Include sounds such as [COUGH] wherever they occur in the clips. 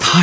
他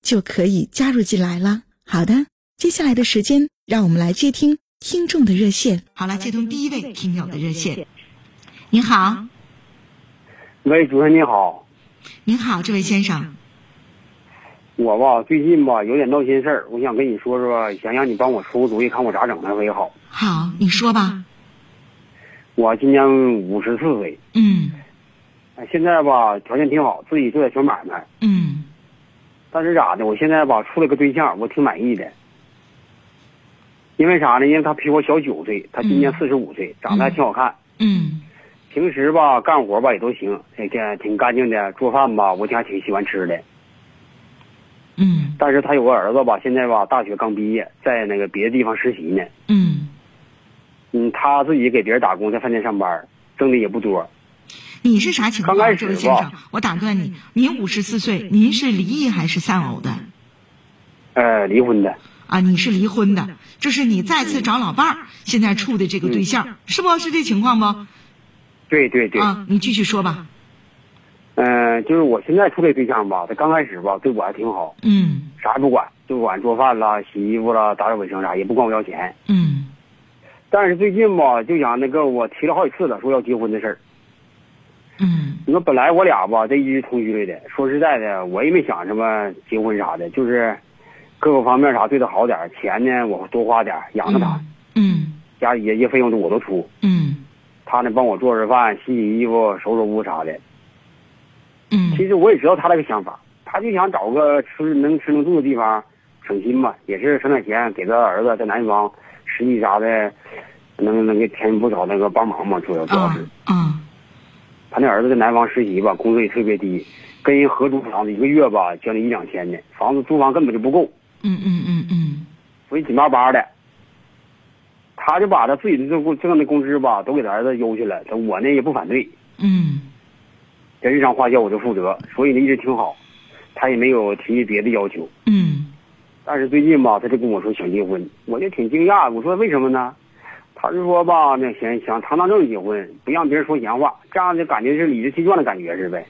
就可以加入进来了。好的，接下来的时间，让我们来接听听众的热线。好了，接通第一位听友的热线。啊您好，喂，主持人你好，您好，这位先生，我吧最近吧有点闹心事儿，我想跟你说说，想让你帮我出个主意，看我咋整才为好。好，你说吧。我今年五十四岁，嗯哎现在吧条件挺好，自己做点小买卖。嗯但是咋的，我现在吧处了个对象，我挺满意的。因为啥呢？因为他比我小九岁，他今年嗯四十五岁，长得还挺好看。嗯平时吧干活吧也都行，哎，这挺干净的。做饭吧，我挺还挺喜欢吃的。嗯但是他有个儿子吧，现在吧大学刚毕业，在那个别的地方实习呢。嗯，嗯，他自己给别人打工，在饭店上班，挣的也不多。你是啥情刚开况？啊始这位先生吧，我打断你，您五十四岁，您是离异还是丧偶的？呃，离婚的，啊，你是离婚的，这是你再次找老伴儿，现在处的这个对象，是不是这情况不？对对对，啊，你继续说吧。嗯、就是我现在处这对象吧，他刚开始吧对我还挺好，嗯啥也不管，就管做饭啦、洗衣服啦、打扫卫生啥，也不管我要钱。嗯但是最近吧，就想那个我提了好几次了，说要结婚的事儿。嗯你说本来我俩吧，这一直同居来的，说实在的，我也没想什么结婚啥的，就是各个方面啥对他好点儿，钱呢我多花点儿养着他，嗯家里一些费用都我都出。嗯他呢帮我做做饭、洗洗衣服、收拾屋啥的。嗯其实我也知道他这个想法，他就想找个吃能吃能住的地方，省心吧，也是省点钱，给他儿子在南方实习啥的，能能给填补不少那个帮忙嘛，主要主要啊是。啊他那儿子在南方实习吧，工资也特别低，跟人合租房子一个月吧，将近一两千呢，房子租房根本就不够，嗯嗯嗯嗯所以紧巴巴的。他就把他自己的这工挣的工资吧，都给他儿子邮去了。我呢也不反对，嗯这日常花销我就负责，所以呢一直挺好，他也没有提别的要求。嗯但是最近吧，他就跟我说想结婚，我就挺惊讶。我说为什么呢？他就说吧，那想想堂堂正正结婚，不让别人说闲话，这样就感觉是理直气壮的感觉似的。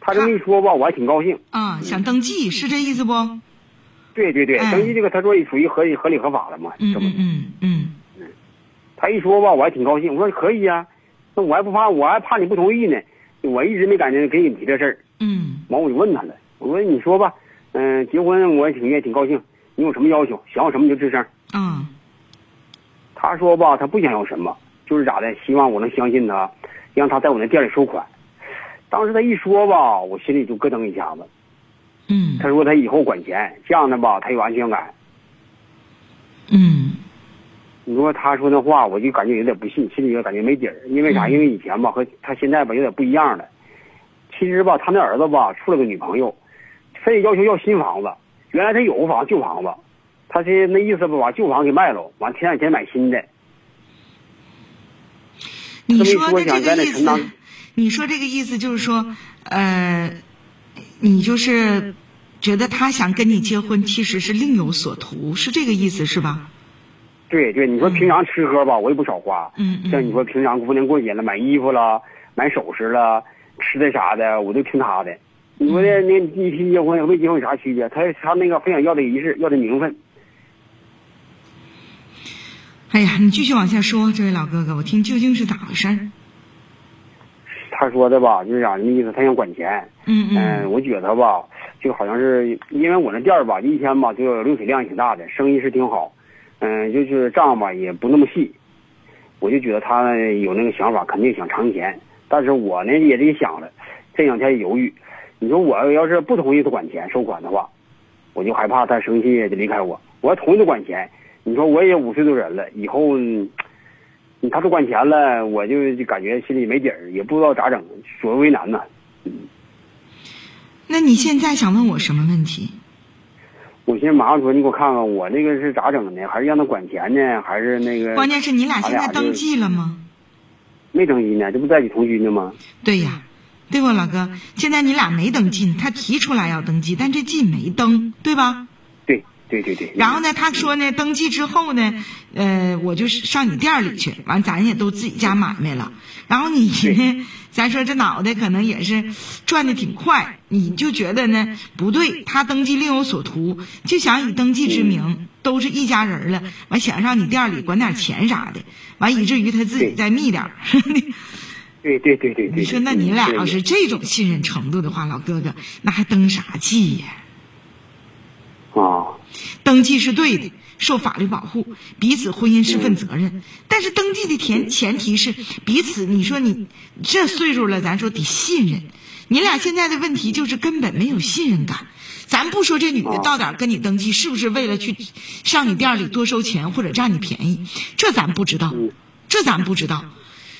他这么一说吧，我还挺高兴。啊，想登记是这意思不？嗯对对对，哎登记这个他说也属于合理合理合法了嘛，这么嗯嗯嗯他一说吧，我还挺高兴。我说可以呀、那我还不怕，我还怕你不同意呢。我一直没敢跟你提这事儿，嗯完我就问他了，我说你说吧，嗯、结婚我也挺也挺高兴，你有什么要求，想要什么就吱声。啊他说吧，他不想要什么，就是咋的，希望我能相信他，让他在我那店里收款。当时他一说吧，我心里就咯噔一下子。嗯他说他以后管钱，这样的吧，他有安全感。嗯你说他说那话，我就感觉有点不信，心里有点感觉没底儿。因为啥？嗯因为以前吧和他现在吧有点不一样了。其实吧，他那儿子吧处了个女朋友，非得要求要新房子。原来他有房旧房子，他这那意思吧，把旧房给卖了，完前两天买新的。你说的这个意思，你说这个意思就是说，呃，你就是觉得他想跟你结婚，其实是另有所图，是这个意思是吧？对对，你说嗯平常吃喝吧，我也不少花。嗯嗯像你说平常过年过节了，买衣服啦，买首饰啦，吃的啥的，我都听他的。你嗯说那那你提结婚没结婚有啥区别？他他那个非想要这仪式，要这名分。哎呀，你继续往下说，这位老哥哥，我听究竟是咋回事儿？他说的吧，就是啥、那意思，他想管钱。嗯嗯，我觉得吧，就好像是因为我那店儿吧，一天吧就流水量挺大的，生意是挺好，嗯、就是账吧也不那么细，我就觉得他有那个想法，肯定想藏钱，但是我呢也得想了，这两天犹豫，你说我要是不同意他管钱收款的话，我就害怕他生气就离开我，我要同意他管钱，你说我也五十多人了，以后。嗯你他都管钱了，我就就感觉心里没底儿，也不知道咋整，所为难呐。那你现在想问我什么问题？我寻思麻烦说，你给我看看我这个是咋整的，还是让他管钱呢，还是那个关键是你俩现在登记了吗？没登记呢？这不在一起同居呢吗？对呀，对不，老哥？现在你俩没登记，他提出来要登记，但这记没登，对吧？对对对对。然后呢，他说呢，登记之后呢，呃，我就上你店儿里去，完咱也都自己家买卖了。然后你呢对，咱说这脑袋可能也是转的挺快，你就觉得呢不对，他登记另有所图，就想以登记之嗯名，都是一家人了，完想让你店儿里管点钱啥的，完以至于他自己对再密点儿。对对对对对。 [LAUGHS] 嗯你说那你俩要对是这种信任程度的话，老哥哥，那还登啥记呀？啊，登记是对的，受法律保护，彼此婚姻是份责任。但是登记的前前提是彼此，你说你这岁数了，咱说得信任。你俩现在的问题就是根本没有信任感。咱不说这女的到哪儿跟你登记，是不是为了去上你店里多收钱或者占你便宜，这咱不知道，这咱不知道。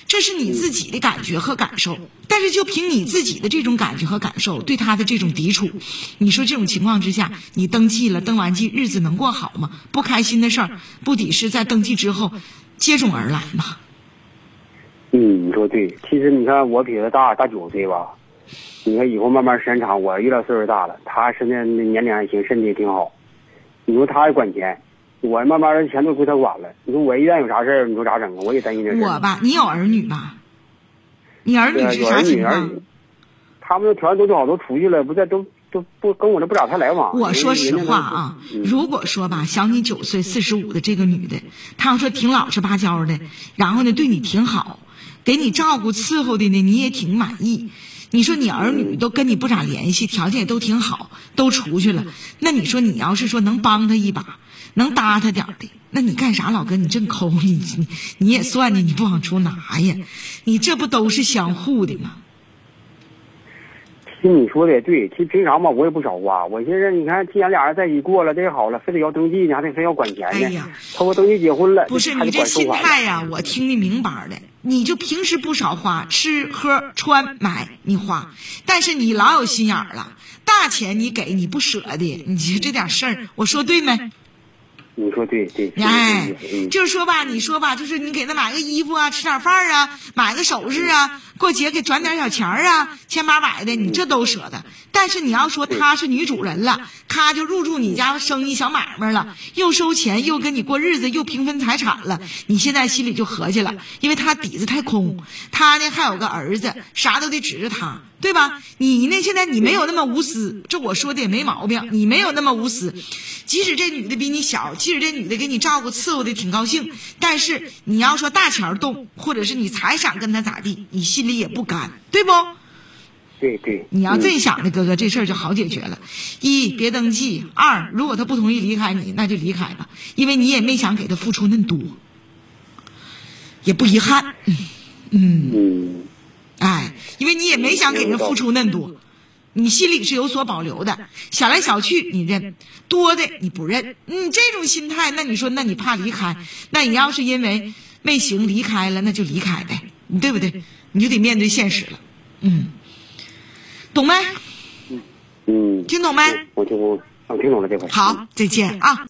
这是你自己的感觉和感受，但是就凭你自己的这种感觉和感受，对他的这种抵触，你说这种情况之下，你登记了，登完记日子能过好吗？不开心的事儿，不抵是在登记之后接踵而来吗？嗯，你说对。其实你看，我比他大大九岁吧，你看以后慢慢时间长，我越来岁数大了，他现在那年龄还行，身体也挺好。你说他也管钱，我慢慢的钱都归他管了。你说我一旦有啥事儿，你说咋整啊？我也担心这事儿。我吧，你有儿女吧？你儿女对啊是有啥儿女情儿况女？他们条件都挺好，都出去了，不在都都不跟我这不咋太来往。我说人实家那话啊，嗯如果说吧，小你九岁四十五的这个女的，她要说挺老实巴交的，然后呢对你挺好，给你照顾伺候的呢，你也挺满意。你说你儿女都跟你不咋联系，条件也都挺好，都出去了，那你说你要是说能帮她一把，能搭她点儿的，那你干啥？老哥，你真抠，你你你也算计，你不往出拿呀？你这不都是相互的吗？其实你说的也对，其实平常吧，我也不少花。我寻思，你看，既然俩人在一起过了，这也好了，非得要登记呢，还得非要管钱哎呢呀。他说登记结婚了，不是还你得这管收心款。态呀、我听得明白的。你就平时不少花，吃喝穿买你花，但是你老有心眼儿了，大钱你给你不舍得，你就这点事儿，我说对没？你说对对，是哎是是，嗯，就是说吧，你说吧，就是你给他买个衣服啊，吃点饭儿啊，买个首饰啊，过节给转点小钱儿啊，千八百的，你这都舍得。但是你要说她是女主人了，咔就入驻你家生意小买卖了，又收钱，又跟你过日子，又平分财产了，你现在心里就合计了，因为她底子太空，她呢还有个儿子，啥都得指着她。对吧？你呢？现在你没有那么无私，这我说的也没毛病。你没有那么无私，即使这女的比你小，即使这女的给你照顾伺候的挺高兴，但是你要说大钱儿动，或者是你财产跟她咋地，你心里也不甘，对不？对对。你要嗯这想的，哥哥，这事儿就好解决了。一，别登记；二，如果他不同意离开你，那就离开吧，因为你也没想给他付出那么多，也不遗憾。嗯，哎，因为你也没想给人付出那么多，你心里是有所保留的，想来想去你认，多的你不认，嗯，这种心态，那你说，那你怕离开，那你要是因为没行离开了，那就离开呗，你对不对？你就得面对现实了，嗯，懂没？嗯，听懂没？我听懂，我听懂了这回。好，再见啊。